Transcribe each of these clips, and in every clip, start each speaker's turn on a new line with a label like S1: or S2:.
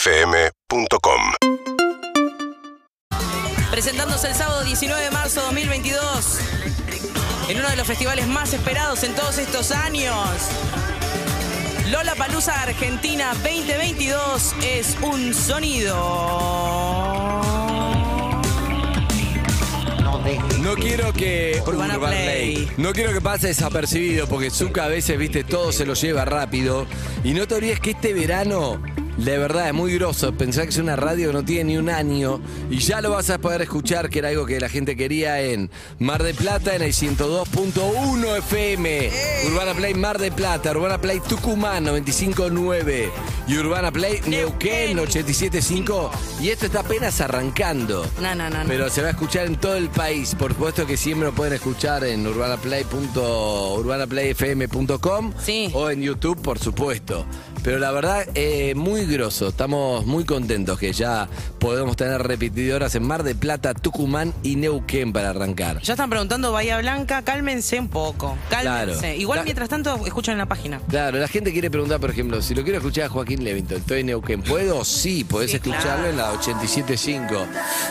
S1: UrbanaPlayFM.com
S2: presentándose el sábado 19 de marzo de 2022 en uno de los festivales más esperados en todos estos años. Lola Palusa Argentina 2022 es un sonido.
S3: No quiero que
S2: Urbana
S3: Urban
S2: Play.
S3: Play. No quiero que pase desapercibido porque Zucca a veces, viste, todo se lo lleva rápido. Y no te olvides que este verano, de verdad, es muy grosso. Pensar que es una radio que no tiene ni un año. Y ya lo vas a poder escuchar, que era algo que la gente quería en Mar de Plata, en el 102.1 FM. Urbana Play Mar de Plata, Urbana Play Tucumán 95.9 y Urbana Play Neuquén 87.5. Y esto está apenas arrancando.
S2: No, no, no. no.
S3: Pero se va a escuchar en todo el país. Por supuesto que siempre lo pueden escuchar en urbanaplayfm.com
S2: Sí.
S3: o en YouTube, por supuesto. Pero la verdad, eh, muy grosso. Estamos muy contentos que ya podemos tener repetidoras en Mar de Plata, Tucumán y Neuquén para arrancar.
S2: Ya están preguntando Bahía Blanca, cálmense un poco. Cálmense.
S3: Claro.
S2: Igual
S3: La-
S2: mientras tanto escuchan en la página.
S3: Claro, la gente quiere preguntar, por ejemplo, si lo quiero escuchar a Joaquín Levington, estoy en Neuquén, ¿puedo? Sí, podés
S2: Sí,
S3: escucharlo en la 87.5.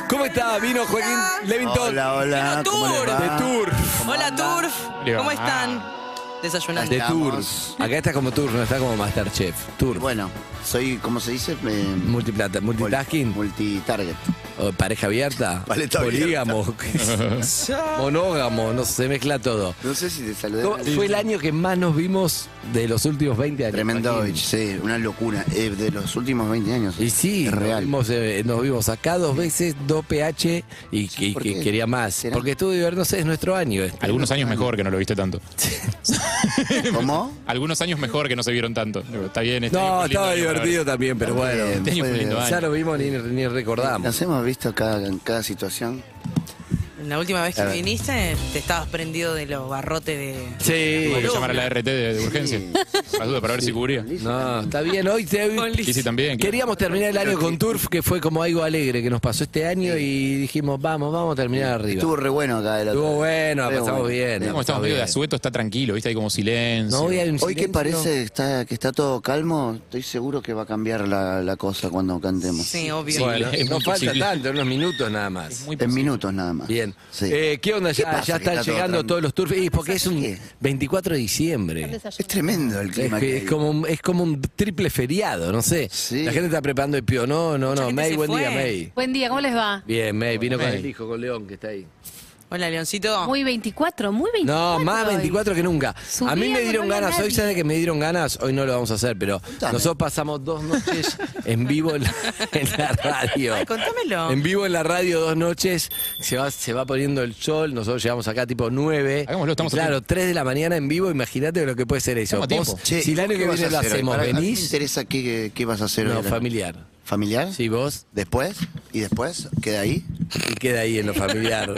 S3: ¿Cómo está? Vino Joaquín Levington
S4: Hola, hola.
S2: Pero
S4: ¿Cómo
S2: Tour.
S4: le va?
S3: de Tour.
S2: Hola Turf, ¿cómo están?
S3: De
S2: Desayunando.
S4: Estamos.
S3: Tour. Acá está como Tour, no está como Masterchef. Tour.
S4: Bueno, soy, ¿cómo se dice? Eh,
S3: Multiplata, multitasking,
S4: Multitarget.
S3: o pareja abierta,
S4: Paleta
S3: polígamo, qué sé yo, monógamo, no sé, se mezcla todo.
S4: No sé si te saludé.
S3: ¿Cómo- Fue el año que más nos vimos de los últimos 20 años.
S4: Tremendovich,
S3: Joaquín.
S4: sí, una locura. Eh, de los últimos 20 años.
S3: Y sí,
S4: Es
S3: nos
S4: real.
S3: vimos, eh, nos vimos acá dos veces, dos PH y, que-
S4: ¿por
S3: que
S4: qué?
S3: quería más.
S4: ¿Será?
S3: Porque estuvo divertido, no sé, es nuestro año. este.
S5: Algunos años mejor que no lo viste tanto.
S4: ¿Cómo?
S5: Algunos años mejor que no se vieron tanto. Está bien, este año
S3: No,
S5: fue lindo,
S3: estaba
S5: año para
S3: divertido también, pero bueno.
S4: Eh,
S5: Este año fue
S4: fue-
S5: lindo año.
S3: Ya lo vimos ni, ni recordamos.
S4: Nos hemos visto cada, en cada situación.
S2: La última vez que
S4: A ver.
S2: viniste te estabas prendido de los barrotes de...
S3: Sí.
S5: ver. Hubo que llamar a la RT de, de urgencia. Las dudas para ver si cubría.
S3: No, está bien, hoy te...
S5: Y si también. claro.
S3: Queríamos terminar el año con Turf, que fue como algo alegre que nos pasó este año y dijimos, vamos, vamos a terminar arriba.
S4: Estuvo re bueno acá el otro.
S3: Estuvo bueno, la
S4: Re
S3: pasamos
S4: bueno.
S3: bien. la
S5: Como estamos
S3: pasamos
S5: medio de
S3: bien.
S5: asueto, está tranquilo, ¿viste? Hay como silencio.
S3: No, hoy hay un
S4: Hoy que
S3: silencio.
S4: parece que está, que está todo calmo, estoy seguro que va a cambiar la, la cosa cuando cantemos.
S2: Sí, obvio.
S5: Sí,
S3: Bueno,
S5: es
S3: no
S5: muy
S3: falta
S5: posible.
S3: tanto, unos minutos nada más.
S5: Muy
S4: En
S5: posible.
S4: minutos nada más.
S3: Bien.
S4: Sí.
S3: Eh, ¿Qué onda?
S4: ¿Qué
S3: Ya,
S4: pasa
S3: ya
S4: que
S3: están
S4: está todo
S3: llegando
S4: tranqui?
S3: todos los Turf. Y porque es un
S4: qué?
S3: 24 de diciembre.
S4: Es tremendo el
S3: Es,
S4: clima.
S3: que
S4: que
S3: es
S4: hay.
S3: como un, es como un triple feriado, no sé.
S4: Sí.
S3: La gente está preparando el pío. No, no, no.
S2: gente
S3: May,
S2: se
S3: buen
S2: fue.
S3: día, May.
S6: Buen día, ¿cómo les va?
S3: Bien, May. Vino con
S5: May.
S3: el hijo, con León, que está ahí.
S2: Hola, Leoncito.
S6: Muy 24, muy 24.
S3: No, más
S6: hoy.
S3: 24 que nunca.
S6: Subí
S3: a mí me
S6: a
S3: dieron
S6: no había
S3: ganas, hoy
S6: nadie.
S3: saben que me dieron ganas, hoy no lo vamos a hacer, pero nosotros pasamos dos noches en vivo en la, en la radio.
S2: Ay, contámelo.
S3: En vivo en la radio dos noches, se va, se va poniendo el sol, nosotros llegamos acá tipo 9.
S5: Hagámoslo, estamos
S3: Y
S5: a
S3: claro,
S5: tiempo.
S3: 3 de la mañana en vivo, imagínate lo que puede ser eso.
S5: Estamos a tiempo.
S3: Vos,
S4: Che,
S3: si el año
S4: ¿qué
S3: que
S4: vas a
S3: viene lo
S4: hacer hoy?
S3: hacemos,
S4: Pará, a mí Me
S3: ¿venís?
S4: interesa qué, qué vas a hacer hoy.
S3: No,
S4: a la noche.
S3: familiar.
S4: ¿Familiar?
S3: Sí, vos,
S4: ¿Después? ¿Y después? ¿Queda ahí?
S3: y queda ahí en lo familiar.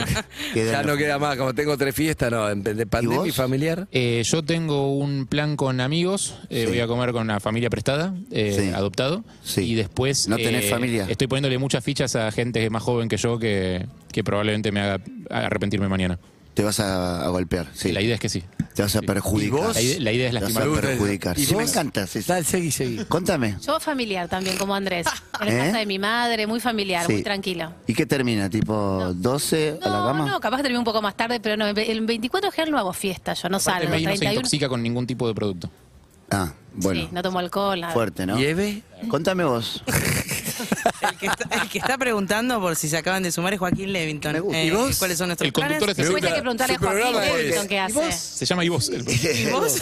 S4: Queda
S3: ya
S4: en
S3: no
S4: lo-
S3: queda más, como tengo tres fiestas, no, en- de pandemia y
S4: vos?
S3: familiar.
S5: Eh, yo tengo un plan con amigos, eh, voy a comer con una familia prestada, eh,
S4: Sí.
S5: adoptado.
S4: Sí.
S5: Y después.
S4: ¿No tenés
S5: eh,
S4: familia?
S5: Estoy poniéndole muchas fichas a gente más joven que yo que, que probablemente me haga arrepentirme mañana.
S4: Te vas a, a golpear, sí.
S5: La idea es que sí.
S4: Te vas a perjudicar.
S3: ¿Y vos?
S5: La ide- la idea es
S4: Te vas
S5: lastimar.
S4: a perjudicar.
S3: ¿Y
S4: Sí,
S3: vos?
S4: me encanta. sí, sí.
S3: Dale, seguí, seguí.
S4: Contame.
S6: Yo familiar también, como Andrés. En la
S4: ¿Eh?
S6: casa de mi madre, muy familiar,
S4: Sí.
S6: muy tranquilo.
S4: ¿Y qué termina? ¿Tipo 12 a la
S6: No,
S4: cama?
S6: no, capaz que termine un poco más tarde, pero no, el 24 de general no hago fiesta, yo no
S5: Aparte,
S6: salgo.
S5: May no se
S6: 31,
S5: intoxica con ningún tipo de producto.
S4: Ah, bueno.
S6: sí, no tomo alcohol, nada.
S4: Fuerte, ¿no?
S3: ¿Y Eve?
S4: Contame vos.
S2: El que, está, el que está preguntando por si se acaban de sumar es Joaquín Levington.
S4: Me gusta.
S2: Eh,
S3: ¿Y vos?
S2: ¿Cuáles son nuestros
S5: El conductor
S2: planes?
S5: de este
S6: Después hay que preguntarle a
S3: Su programa
S6: Joaquín
S3: es-
S6: Levington qué
S3: Pues, ¿Y
S6: hace.
S3: vos?
S5: Se llama y vos.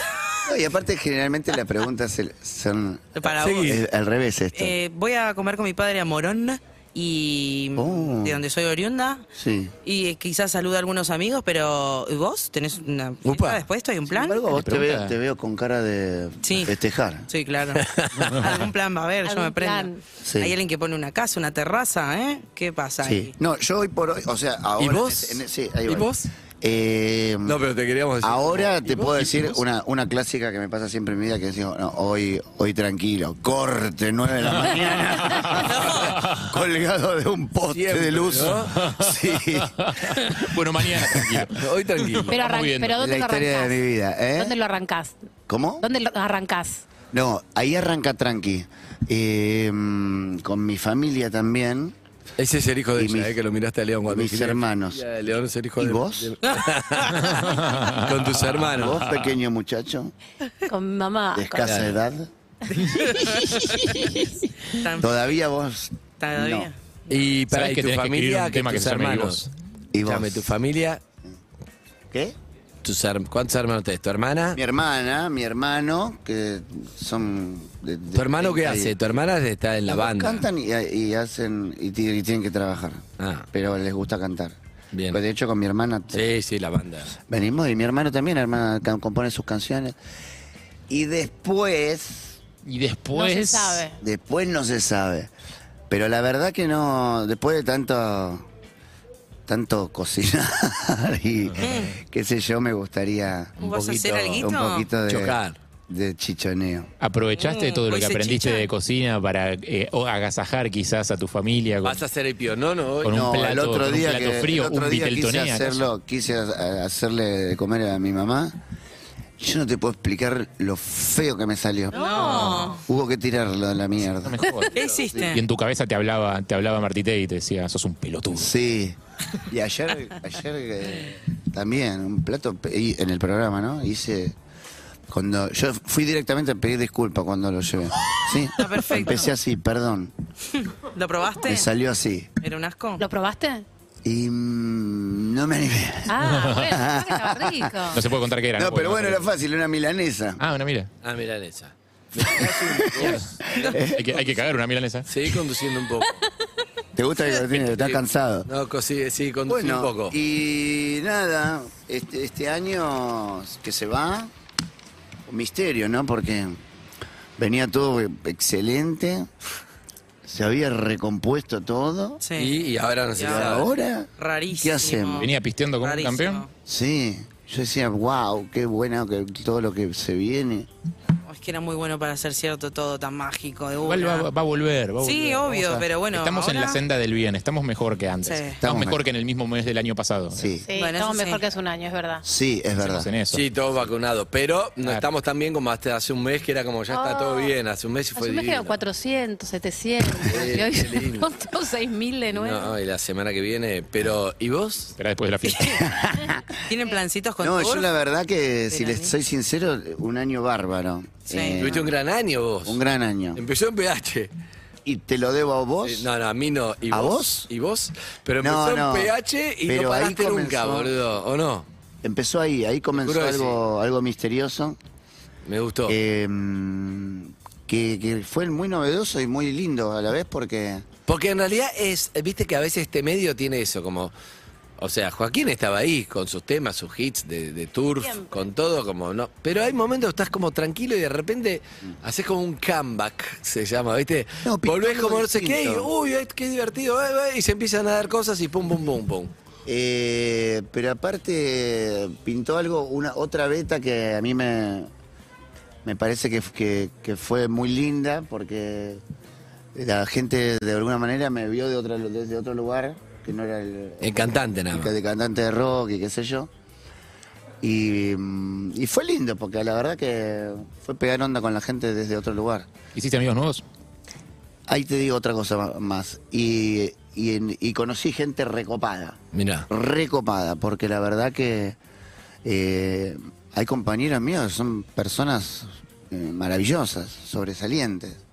S4: No, y aparte, generalmente la pregunta se, son
S2: Para
S3: Seguí.
S2: vos.
S4: eh, al revés esto.
S2: Eh, voy a comer con mi padre a Morón y
S4: Oh.
S2: de donde soy oriunda.
S4: sí.
S2: Y eh, quizás saluda a algunos amigos, pero ¿y vos tenés una fiesta
S3: Upa.
S2: después? ¿Hay un
S4: Sin
S2: plan?
S4: embargo, vos te
S5: pregunta-
S4: veo, te veo con cara de
S2: Sí.
S4: festejar.
S2: Sí, claro. Algún plan va a haber, yo
S6: Algún
S2: me prendo.
S6: plan.
S4: Sí.
S2: Hay alguien que pone una casa, una terraza, ¿eh? ¿Qué pasa
S4: Sí.
S2: ahí?
S4: No, yo hoy por hoy, o sea, ahora.
S3: ¿Y vos?
S4: en- en- sí, ahí
S3: ¿Y
S4: voy.
S3: vos?
S4: Eh,
S3: No, pero te queríamos decir.
S4: ahora te puedo decir una, una clásica que me pasa siempre en mi vida: que digo, no, hoy, hoy tranquilo, corte, 9 de la mañana, colgado de un poste
S3: Siempre,
S4: de luz.
S3: ¿no?
S4: Sí.
S5: bueno, mañana, tranquilo.
S3: Hoy tranquilo.
S6: Pero,
S5: Vamos
S6: arran-
S5: viendo.
S6: pero
S4: La
S6: ¿dónde lo
S4: historia de
S6: arrancás?
S4: mi vida, ¿eh?
S6: ¿Dónde lo arrancás?
S4: ¿Cómo?
S6: ¿Dónde lo arrancás?
S4: No, ahí arranca tranqui. Eh, mm, con mi familia también.
S3: Ese es el hijo de
S4: Y
S3: ella,
S4: mis-
S3: eh, que lo miraste a León cuando
S4: mis
S3: dijiste,
S4: hermanos.
S3: "Mira, León es el hijo
S4: ¿Y
S3: de
S4: vos?
S3: Con tus hermanos.
S4: Vos, pequeño muchacho,
S6: Con mi mamá.
S4: de
S3: Ah,
S4: escasa
S3: claro.
S4: edad.
S2: Tan-
S4: Todavía vos.
S2: Todavía.
S4: no.
S3: Y para
S5: Sabés
S3: y
S5: que
S3: tu
S5: tenés que escribir
S3: familia,
S5: un
S3: que
S5: tema que
S3: tus
S5: se llame
S3: hermanos.
S4: Y vos.
S3: Escúchame, tu familia,
S4: ¿Qué?
S3: tus her- ¿cuántos hermanos tenés? ¿Tu hermana?
S4: Mi hermana, mi hermano, que son. de- de-
S3: ¿Tu hermano qué
S4: de-
S3: hace? Tu hermana está en la
S4: Los dos
S3: banda.
S4: Cantan y, y hacen y, ti- y tienen que trabajar.
S3: Ah.
S4: Pero les gusta cantar.
S3: Bien.
S4: Pues, De hecho, con mi hermana
S3: Sí, sí, la banda.
S4: venimos y mi hermano también, hermana, can- compone sus canciones. Y después,
S5: Y
S6: No
S5: después.
S6: se sabe.
S4: después no se sabe. Pero la verdad que no, después de tanto, tanto cocinar y
S5: Mm.
S4: qué sé yo, me gustaría un
S2: ¿Vas a hacer
S4: poquito,
S2: alguito?
S4: un poquito de,
S3: Chocar.
S4: de chichoneo.
S5: ¿Aprovechaste
S2: Mm,
S5: todo lo
S2: hoy
S5: que
S2: se
S5: aprendiste
S2: chicha.
S5: de cocina para eh, o agasajar quizás a tu familia? con-
S3: ¿Vas a ser el pionono hoy?
S5: Con un-
S4: No, el
S5: plato-
S4: otro
S5: un
S4: día
S5: plato
S4: que
S5: frío,
S4: el otro
S5: un
S4: día quise
S5: Viteltoné,
S4: hacerlo, quise ha- hacerle de comer a mi mamá. Yo no te puedo explicar lo feo que me salió.
S2: No.
S4: Hubo que tirarlo a la
S5: No
S4: mierda.
S5: me jodas.
S2: ¿Qué hiciste?
S5: Y en tu cabeza te hablaba, te hablaba Martite y te decía, sos un pelotudo.
S4: Sí. Y ayer, ayer eh, también un plato pe- y- en el programa, ¿no? Hice cuando yo fui directamente a pedir disculpas cuando lo llevé. Sí.
S2: Está perfecto.
S4: Empecé así, perdón.
S2: ¿Lo probaste?
S4: Me salió así
S2: ¿Era un asco?
S6: ¿Lo probaste?
S4: y mm, no me animé.
S6: Ah, bueno, estaba
S5: No
S6: rico.
S5: se puede contar qué era.
S4: No,
S5: porque
S4: pero bueno,
S5: se
S4: era
S5: puede.
S4: fácil, una milanesa.
S5: Ah, una mira.
S3: Ah, mirá esa.
S5: Hay que, hay que cagar una milanesa.
S3: Seguí conduciendo un poco.
S4: ¿Te gusta que lo tienes? Estás cansado.
S3: No, co- sí, sí, conducí
S4: Bueno,
S3: un poco.
S4: y nada, este, este año que se va, un misterio, ¿no? Porque venía todo excelente, se había recompuesto todo,
S2: Sí.
S3: Y, y ahora no
S2: Y
S3: se
S4: y
S2: ahora-
S3: sabe.
S4: ahora,
S2: Rarísimo.
S4: ¿Qué hacemos?
S5: Venía pisteando como un campeón.
S4: sí, yo decía, wow, qué bueno que todo lo que se viene.
S2: Oh, Es que era muy bueno para ser cierto todo tan mágico. De
S5: Igual
S2: una.
S5: va, va a volver, va a
S2: Sí,
S5: volver.
S2: obvio,
S5: Vamos a-
S2: pero bueno,
S5: Estamos en la
S2: ahora-
S5: senda del bien, estamos mejor que antes.
S2: Sí.
S5: Estamos mejor
S4: mejor.
S5: que en el mismo mes del año pasado.
S4: Sí,
S6: Sí,
S2: Bueno,
S6: estamos
S2: eso sí.
S6: mejor que hace un año, es verdad.
S4: sí, es verdad.
S5: Estamos en este eso.
S3: Sí, todos vacunados. Pero no
S5: Claro.
S3: estamos tan bien como hasta hace un mes, que era como ya está
S6: Ah.
S3: todo bien. Hace un mes y fue
S6: Hace un mes que eran
S3: divino.
S6: 400, 700, y hoy
S3: qué
S6: de
S3: lindo.
S6: pronto 6.000 de nuevo.
S3: No, y la semana que viene. Pero, ¿y vos?
S5: Será después de la fiesta.
S2: ¿Tienen plancitos con
S4: No,
S2: tour?
S4: yo la verdad que, si
S2: Verano.
S4: les soy sincero, un año bárbaro. Eh,
S2: Sí.
S3: Tuviste un gran año vos.
S4: un gran año.
S3: Empezó en PH.
S4: Y te lo debo a vos.
S3: Eh, No, no, a mí no. ¿Y
S4: ¿A
S3: vos?
S4: vos?
S3: ¿Y vos? Pero
S4: No,
S3: empezó
S4: no.
S3: en PH y no
S4: Pero ahí
S3: paraste nunca,
S4: comenzó.
S3: boludo. ¿O no?
S4: Empezó ahí, ahí comenzó
S3: Seguro que Oh.
S4: algo, algo misterioso,
S3: Me gustó.
S4: eh, que, que fue muy novedoso y muy lindo a la vez porque...
S3: Porque en realidad es, viste que a veces este medio tiene eso, como, o sea, Joaquín estaba ahí con sus temas, sus hits de, de turf, con todo, como no. Pero hay momentos estás como tranquilo y de repente haces como un comeback, se llama, viste.
S4: No, pintó
S3: Volvés
S4: algo
S3: como no sé qué y,
S4: distinto.
S3: uy, eh, qué divertido, eh, eh, y se empiezan a dar cosas y pum, pum, pum, pum.
S4: eh, pero aparte pintó algo, una otra beta que a mí me, me parece que, que- que fue muy linda porque la gente de alguna manera me vio de otra, desde otro lugar, que no era el,
S3: Encantante nada.
S4: de
S3: más.
S4: cantante de rock y qué sé yo. Y, mm, y fue lindo, porque la verdad que fue pegar onda con la gente desde otro lugar.
S5: ¿Hiciste amigos nuevos?
S4: Ahí te digo otra cosa ma- más. Y, y en- y conocí gente recopada,
S3: Mirá.
S4: recopada, porque la verdad que eh, hay compañeros míos, son personas eh, maravillosas, sobresalientes.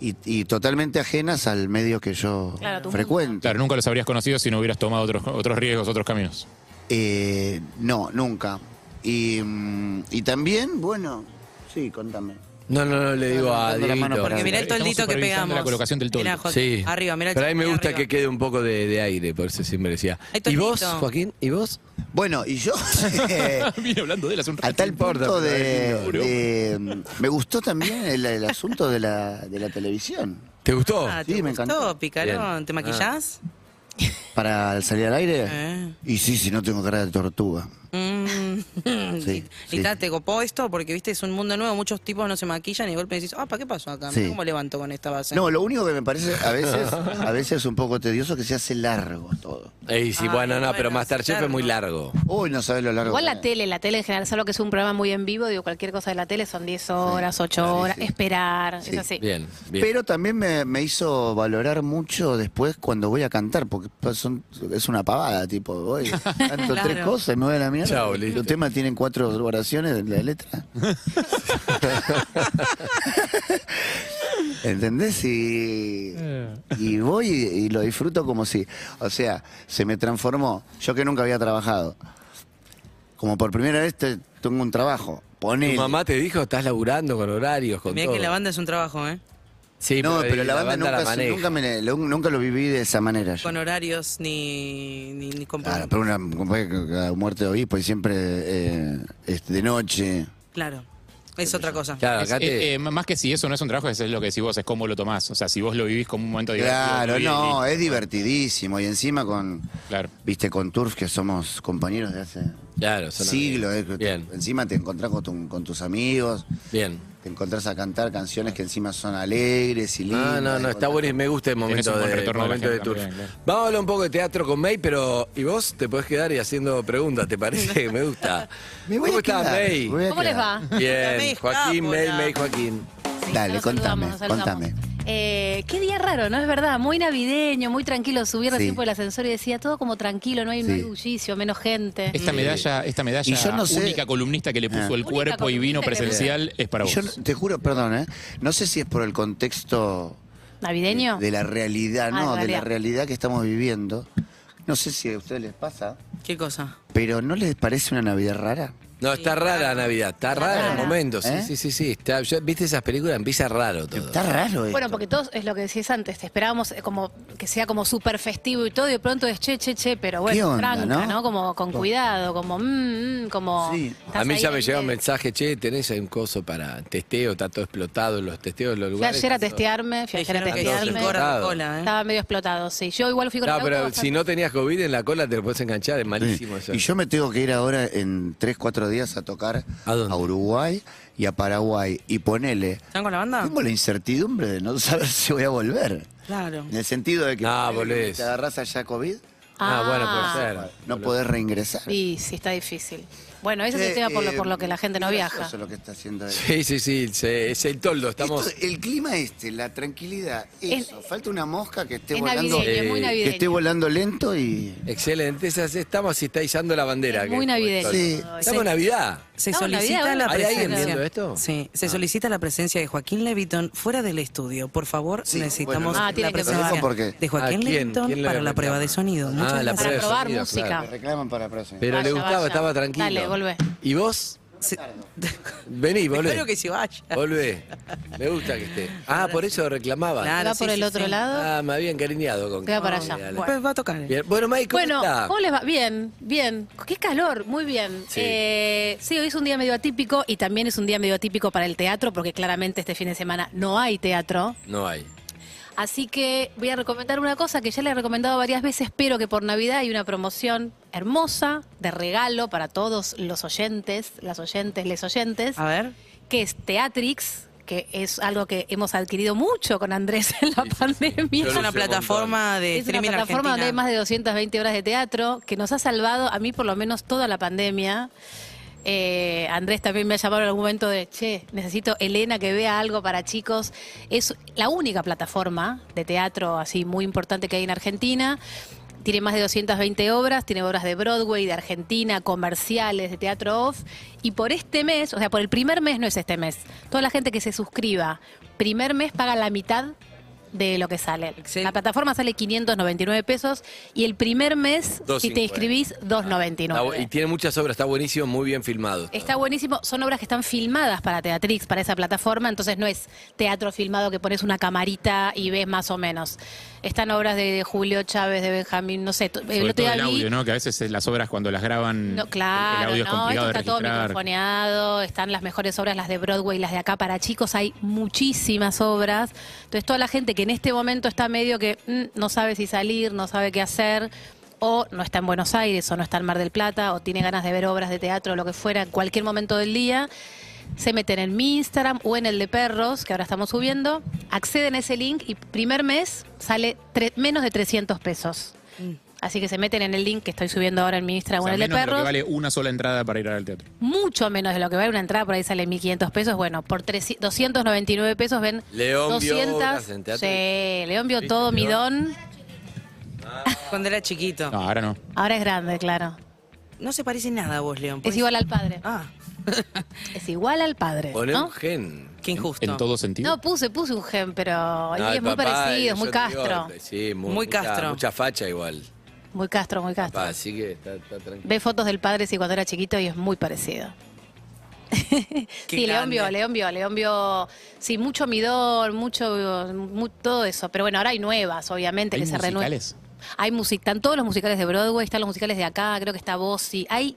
S4: Y, y totalmente ajenas al medio que yo
S6: Claro, tu mundo.
S4: frecuento.
S5: Claro, nunca los habrías conocido si no hubieras tomado otros, otros riesgos, otros caminos.
S4: Eh, no, nunca. Y, mm, y también, bueno, sí, contame.
S3: No, no, no le digo a
S4: levantando la mano
S3: Dieguito.
S4: para-
S2: Porque mirá el
S5: Estamos
S2: toldito que
S5: supervisando
S2: pegamos.
S5: la colocación del toldo.
S2: Mirá, Joaquín,
S3: Sí.
S2: Arriba, mirá el
S3: Pero a mí me
S2: chiquilín
S3: gusta
S2: arriba.
S3: que quede un poco de, de aire, por eso siempre decía.
S2: Ay,
S3: ¿Y vos,
S2: Toñito.
S3: Joaquín? ¿Y vos?
S4: Bueno, y yo,
S5: Vine hablando de él hace un eh,
S4: a
S5: rato.
S4: tal punto
S3: importa,
S4: de,
S3: pero es lindo.
S4: de- mm, Me gustó también el, el asunto de la, de la televisión.
S3: ¿Te gustó?
S2: Ah,
S4: Sí,
S2: ¿te
S4: me
S2: gustó,
S4: encantó.
S2: picarón?
S3: Bien.
S2: ¿Te maquillás?
S4: Para al salir al aire.
S2: Eh.
S4: Y sí, si no tengo cara de tortuga.
S2: Mm.
S4: Sí,
S2: y,
S4: sí.
S2: ta, te copó esto porque, viste, es un mundo nuevo, muchos tipos no se maquillan y de golpe decís, ah, ¿para qué pasó acá? Mirá
S4: Sí.
S2: ¿Cómo levanto con esta base?
S4: No, lo único que me parece a veces, a veces un poco tedioso es que se hace largo todo.
S3: Ey, Eh, sí,
S2: Ah,
S3: bueno, no,
S2: bueno,
S3: pero
S2: es
S3: Masterchef es muy largo.
S4: Uy, no sabes lo largo.
S6: Igual
S4: que
S6: la
S4: es.
S6: tele, la tele en general, solo que es un programa muy en vivo, digo, cualquier cosa de la tele son 10 horas, 8
S4: Sí,
S6: horas,
S4: sí.
S6: esperar,
S4: Sí.
S6: es así.
S3: Bien, bien.
S4: Pero también me, me hizo valorar mucho después cuando voy a cantar, porque son- es una pavada, tipo, voy, canto
S2: Claro.
S4: tres cosas y me voy a la mierda.
S3: Chao, listo.
S4: Los temas tienen cuatro oraciones en la letra. ¿Entendés? Y,
S3: Eh.
S4: y voy y, y lo disfruto como si, o sea, se me transformó, yo que nunca había trabajado, como por primera vez te- tengo un trabajo,
S3: Tu
S4: ponele.
S3: mamá te dijo, estás laburando con horarios, con
S2: Mirá
S3: todo.
S2: que la banda es un trabajo, ¿eh?
S3: Sí,
S4: No, pero la
S3: la
S4: banda, nunca,
S3: maneja.
S4: nunca, me- lo, nunca lo viví de esa manera. yo.
S2: Con horarios ni, ni, ni con-
S4: Claro, pero una una muerte de obispo y siempre eh, es de noche.
S2: Claro, es otra cosa.
S4: Ah,
S3: Claro,
S5: Es-
S3: acá te...
S5: eh, eh, más que si eso no es un trabajo, eso es lo que decís vos, es cómo lo tomás. O sea, si vos lo vivís como un momento divertido.
S4: Claro,
S5: tuyo y-
S4: no, eh.
S5: y-
S4: es divertidísimo. Y encima con,
S5: Claro.
S4: viste, con Turf, que somos compañeros de hace
S3: claro, son
S4: siglos. eh, que
S3: amigos. Bien,
S4: te- encima te encontrás con, tu- con tus amigos,
S3: bien.
S4: te encontrás a cantar canciones que encima son alegres y lindas.
S3: Ah, No, no, no,
S4: te
S3: está
S4: encontrás
S3: bueno y me gusta el
S5: Tenés
S3: momento
S5: un buen
S3: de,
S5: retorno de la
S3: momento de
S5: gente
S3: tour.
S5: también, claro.
S3: Vamos a hablar un poco de teatro con May, pero. Y vos te podés quedar y haciendo preguntas, ¿te parece? Me gusta.
S4: con- Me voy
S3: ¿Cómo
S4: a
S3: estás,
S4: quedar,
S3: May?
S4: voy a
S6: ¿Cómo les va?
S4: quedar.
S2: La
S3: Bien,
S2: May
S3: Joaquín,
S2: está,
S3: May,
S2: hola.
S3: May, Joaquín.
S6: Sí,
S4: Dale,
S6: nos
S4: contame,
S6: saludamos, nos saludamos.
S4: contame.
S6: Eh, qué día raro, ¿no? Es verdad, muy navideño, muy tranquilo. Subí recién
S4: Sí.
S6: por el ascensor y decía todo como tranquilo, no hay, no
S4: Sí.
S6: hay bullicio, menos gente.
S5: Esta medalla, esta medalla
S4: Y yo no sé-
S5: única columnista que le puso el
S6: Única
S5: cuerpo y vino
S6: columnista que-
S5: presencial es para
S4: Y
S5: vos.
S4: yo no- te juro, perdón, ¿eh? No sé si es por el contexto
S6: ¿Navideño?
S4: de la realidad,
S6: Ah,
S4: no,
S6: en
S4: de la
S6: realidad.
S4: realidad que estamos viviendo. No sé si a ustedes les pasa,
S2: ¿Qué cosa?
S4: pero ¿no les parece una Navidad rara?
S3: No, está rara la Navidad, está rara, el
S6: rara.
S3: momento, sí,
S4: ¿Eh?
S3: sí, sí, sí. está- yo- ¿Viste esas películas? Empieza raro todo.
S4: Está raro esto.
S6: Bueno, porque todos es lo que decías antes, te esperábamos eh, como que sea como súper festivo y todo, y de pronto es che, che, che, pero
S4: ¿Qué
S6: bueno,
S4: onda,
S6: franca,
S4: no?
S6: ¿no? Como con cuidado, como mmm, como.
S4: Sí.
S6: estás
S3: A mí
S6: ahí
S3: ya
S6: en
S3: me
S6: el
S3: llega un
S6: medio.
S3: mensaje, che, tenés ahí un coso para testeo, está todo explotado, los testeos de los
S6: Fui
S3: lugares.
S6: ayer a
S3: está todo-
S6: testearme, fui ayer a
S2: Dijeron que
S3: Entonces,
S6: testearme.
S2: cinco horas de
S3: claro.
S2: cola, ¿eh?
S6: Estaba medio explotado, sí. Yo igual fui con
S3: No,
S6: el auto
S3: pero
S6: bastante-
S3: si no tenías COVID en la cola te lo puedes enganchar, es malísimo eso.
S4: Y yo me tengo que ir ahora en 3, 4 días a tocar
S3: ¿A dónde?
S4: Uruguay y a Paraguay. Y ponele,
S2: ¿Están con la
S6: Ah.
S2: banda?
S4: tengo la incertidumbre de no saber si voy a volver.
S2: Claro.
S4: En el sentido de que
S3: Ah,
S4: ponele,
S3: volvés.
S4: te agarras allá COVID,
S3: Ah,
S6: Ah.
S3: bueno, puede ser.
S4: no podés reingresar.
S6: Y sí, está difícil. Bueno, ese es
S4: Eh,
S6: el tema por lo,
S4: eh,
S6: por lo que la gente no
S4: es
S6: viaja.
S4: gracioso lo que está haciendo él.
S3: Sí, sí, sí, se- es el toldo, estamos...
S4: Esto, el clima este, la tranquilidad,
S6: Es-
S4: eso. Falta una mosca que esté
S6: Es
S4: volando.
S6: navideño, es muy
S3: eh,
S4: que esté
S6: navideño.
S4: volando lento y.
S3: Excelente, esas- estamos izando la bandera.
S6: Es muy
S3: que-
S6: navideño.
S4: Sí.
S3: Estamos en Navidad.
S2: Se
S6: Estamos en
S2: solicita
S6: Navidad,
S2: la
S6: ¿no?
S3: ¿Hay alguien
S2: presencia.
S3: viendo esto?
S2: Sí, se solicita la presencia de Joaquín Leviton fuera del estudio. Por favor,
S4: Sí,
S2: necesitamos
S4: bueno,
S6: Ah,
S2: la
S6: tiene que
S2: presencia
S4: probar. Porque-
S2: de Joaquín
S3: ¿A quién?
S2: Leviton
S3: ¿Quién le
S2: para la
S3: reclama?
S2: prueba de sonido.
S3: Ah,
S2: Muchas
S3: la
S2: gracias.
S3: prueba de
S6: Para probar
S3: sonido,
S6: música.
S3: claro.
S4: Me reclaman para la próxima.
S3: Pero le
S6: Vaya,
S3: gustaba,
S6: vaya.
S3: estaba tranquilo.
S6: Dale, volvé.
S3: ¿Y vos?
S2: Sí.
S3: Vení, volvé.
S2: Espero que se vaya.
S3: Volvé. Me gusta que esté. Ah, por eso reclamaba.
S2: Claro.
S6: va
S2: sí,
S6: por el
S2: sí,
S6: otro
S2: sí.
S6: lado.
S3: Ah, me había encariñado con
S6: Te va
S3: que-
S6: para
S3: Dale,
S6: allá.
S3: dale.
S6: Bueno.
S2: Pues va a tocar.
S3: Bien. Bueno, Mike, ¿cómo
S6: Bueno,
S3: está?
S6: ¿cómo les va? Bien, bien. Qué calor, muy bien.
S3: Sí.
S6: Eh, sí, hoy es un día medio atípico y también es un día medio atípico para el teatro porque claramente este fin de semana no hay teatro.
S3: No hay.
S6: Así que voy a recomendar una cosa que ya le he recomendado varias veces, pero que por Navidad hay una promoción hermosa de regalo para todos los oyentes, las oyentes, les oyentes,
S3: Ah.
S2: A ver.
S6: que es Teatrix, que es algo que hemos adquirido mucho con Andrés en la
S3: Sí, sí, sí.
S6: pandemia.
S3: Yo
S2: Es
S3: lo
S2: una
S3: uso un
S2: plataforma de
S6: Es una
S2: streaming
S6: plataforma
S2: argentina.
S6: donde hay más de 220 horas de teatro que nos ha salvado, a mí por lo menos, toda la pandemia. Eh, Andrés también me ha llamado en algún momento de, che, necesito Elena que vea algo para chicos. Es la única plataforma de teatro así muy importante que hay en Argentina. Tiene más de 220 obras, tiene obras de Broadway, de Argentina, comerciales, de teatro off. Y por este mes, o sea, por el primer mes no es este mes. Toda la gente que se suscriba, primer mes paga la mitad de lo que sale.
S2: Excel.
S6: La plataforma sale 599 pesos y el primer mes, si
S3: 250.
S6: te inscribís,
S3: Está bu- Ah, y
S6: 299.
S3: tiene muchas obras, está buenísimo, muy bien filmado. todo.
S6: Está buenísimo, son obras que están filmadas para Teatrix, para esa plataforma, entonces no es teatro filmado que pones una camarita y ves más o menos. Están obras de Julio Chávez, de Benjamín, no sé. to- el
S5: Sobre
S6: otro
S5: todo
S6: día
S5: el
S6: vi-
S5: audio, ¿no? Que a veces eh, las obras cuando las graban,
S6: No,
S5: Mm. el-
S6: claro,
S5: el audio es
S6: no, esto
S5: complicado
S6: está
S5: de
S6: todo
S5: registrar.
S6: microfoneado, están las mejores obras, las de Broadway, las de acá para chicos, hay muchísimas obras. Entonces toda la gente que en este momento está medio que mm, no sabe si salir, no sabe qué hacer, o no está en Buenos Aires o no está en Mar del Plata o tiene ganas de ver obras de teatro o lo que fuera en cualquier momento del día, se meten en mi Instagram o en el de perros, que ahora estamos subiendo, acceden a ese link y primer mes sale tre- menos de 300 pesos.
S2: Mm.
S6: Así que se meten en el link que estoy subiendo ahora en mi Instagram
S5: O
S6: o
S5: sea,
S6: en el de
S5: menos de lo
S6: perros.
S5: que vale una sola entrada para ir al teatro.
S6: Mucho menos de lo que vale una entrada, por ahí sale 1.500 pesos. Bueno, por 300 299 pesos ven
S3: León vio
S6: 200.
S3: obras en teatro.
S6: Sí, León vio todo, mi don.
S2: Cuando era chiquito.
S5: No,
S2: No,
S5: ahora no.
S6: Ahora es grande, claro.
S2: se parece nada a vos, León.
S6: Es igual al padre.
S2: Ah,
S6: Es igual al padre,
S3: Poné
S6: ¿no?
S3: un gen.
S2: qué injusto.
S5: En todo sentido.
S6: No, puse, puse un gen,
S3: No,
S6: pero y es
S3: el
S6: muy
S3: papá,
S6: parecido, es
S3: yo
S6: muy
S3: te digo,
S6: castro.
S3: sí, muy,
S2: Muy
S3: mucha-
S2: Castro.
S3: Mucha facha igual.
S6: Muy castro, muy castro.
S3: Pa, así que está, está tranquilo.
S6: Ve fotos del padre sí, cuando era chiquito y es muy parecido. sí, León
S2: grande.
S6: vio, León vio, León vio, sí, mucho midón, mucho, mu- todo eso. Pero bueno, ahora hay nuevas, obviamente,
S5: ¿Hay
S6: que se renuevan.
S5: musicales?
S6: Hay música, están todos los musicales de Broadway, están los musicales de acá, creo que está Bossy, hay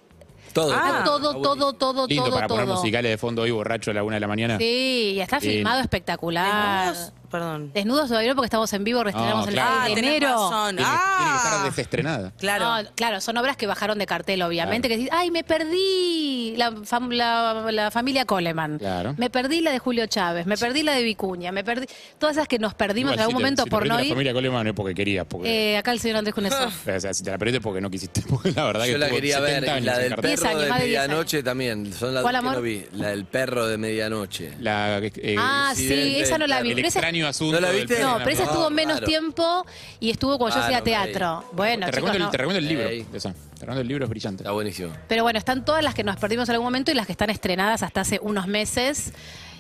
S3: Todo.
S2: Ah,
S6: está todo, todo, todo,
S5: Lindo
S6: todo,
S5: para poner
S6: todo.
S5: musicales de fondo hoy borracho a la una de la mañana.
S6: Sí, y está
S5: Lindo.
S6: filmado espectacular.
S2: ¿Desnudos? Perdón.
S6: Desnudos todavía no porque estamos en vivo, reestrenamos el
S5: claro.
S2: Ah,
S6: 6 de
S2: tenés
S6: enero.
S2: razón.
S5: Tiene, tiene que estar
S2: Ah,
S5: desestrenada.
S2: claro.
S6: No, claro, son obras que bajaron de cartel, obviamente,
S5: Claro.
S6: que decís, ay, me perdí la, fam- la- la familia Coleman,
S5: Claro.
S6: me perdí la de Julio Chávez, me perdí la de Vicuña, me perdí todas esas que nos perdimos
S5: Igual,
S6: en algún
S5: si te- si
S6: momento
S5: te
S6: por
S5: perdiste
S6: no
S5: la
S6: ir.
S5: familia Ah, Coleman no es porque querías, porque...
S6: Eh, acá el señor Andrés Cunesov.
S5: o sea, si te la perdiste porque no quisiste, porque la verdad que
S3: Yo la
S5: estuvo
S3: quería
S5: 70
S3: ver, y
S5: años
S3: la
S5: en
S3: del
S5: cartel.
S6: Diez
S3: perro
S6: años,
S3: de
S6: más de diez
S3: medianoche también. Son las dos
S6: ¿Cuál,
S3: que
S6: amor?
S3: no vi. La del perro de medianoche.
S5: La, eh,
S6: ah,
S5: sí,
S6: sí,
S3: Incidente,
S6: esa no la
S3: claro.
S6: vi.
S5: el
S6: pero esa-
S5: extraño asunto.
S3: ¿No la
S5: del
S3: viste?
S5: perro
S6: no,
S5: en
S6: pero esa
S5: la-
S3: No,
S6: estuvo menos
S3: claro.
S6: tiempo y estuvo cuando yo
S3: Claro,
S6: hacía
S3: por ahí.
S6: teatro. Bueno,
S5: te,
S6: chicos,
S5: recomiendo, el-
S6: no.
S5: te recomiendo el libro.
S3: Ey.
S5: de esa. Te recomiendo el libro, es brillante.
S3: Está buenísimo.
S6: Pero bueno, están todas las que nos perdimos en algún momento y las que están estrenadas hasta hace unos meses.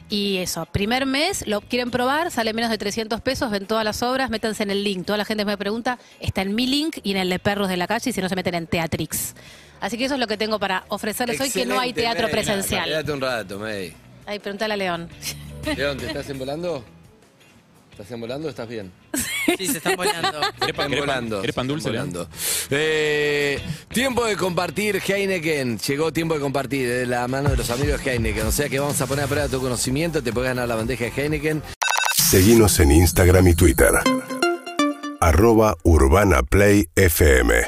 S6: Y eso, primer mes, lo quieren probar, sale menos de 300 pesos, ven todas las obras, métanse en el link. Toda la gente me pregunta, está en mi link y en el de Perros de la Calle y si no se meten en Teatrix. Así que eso es lo que tengo para ofrecerles hoy, que no hay
S3: Excelente,
S6: teatro
S3: May.
S6: presencial.
S3: Quédate un rato, May.
S6: Ay, preguntale a León.
S3: León, ¿te estás embolando? ¿Estás embolando o estás bien?
S2: Sí, se están volando.
S5: ¿Querés pan- querés pan- ¿Querés pan dulce, León?
S3: Embolando. Eh, tiempo de compartir Heineken. Llegó tiempo de compartir eh, de la mano de los amigos de Heineken. O sea que vamos a poner a prueba tu conocimiento. Te puedes ganar la bandeja de Heineken.
S1: Seguimos en Instagram y Twitter. Arroba Urbana Play FM.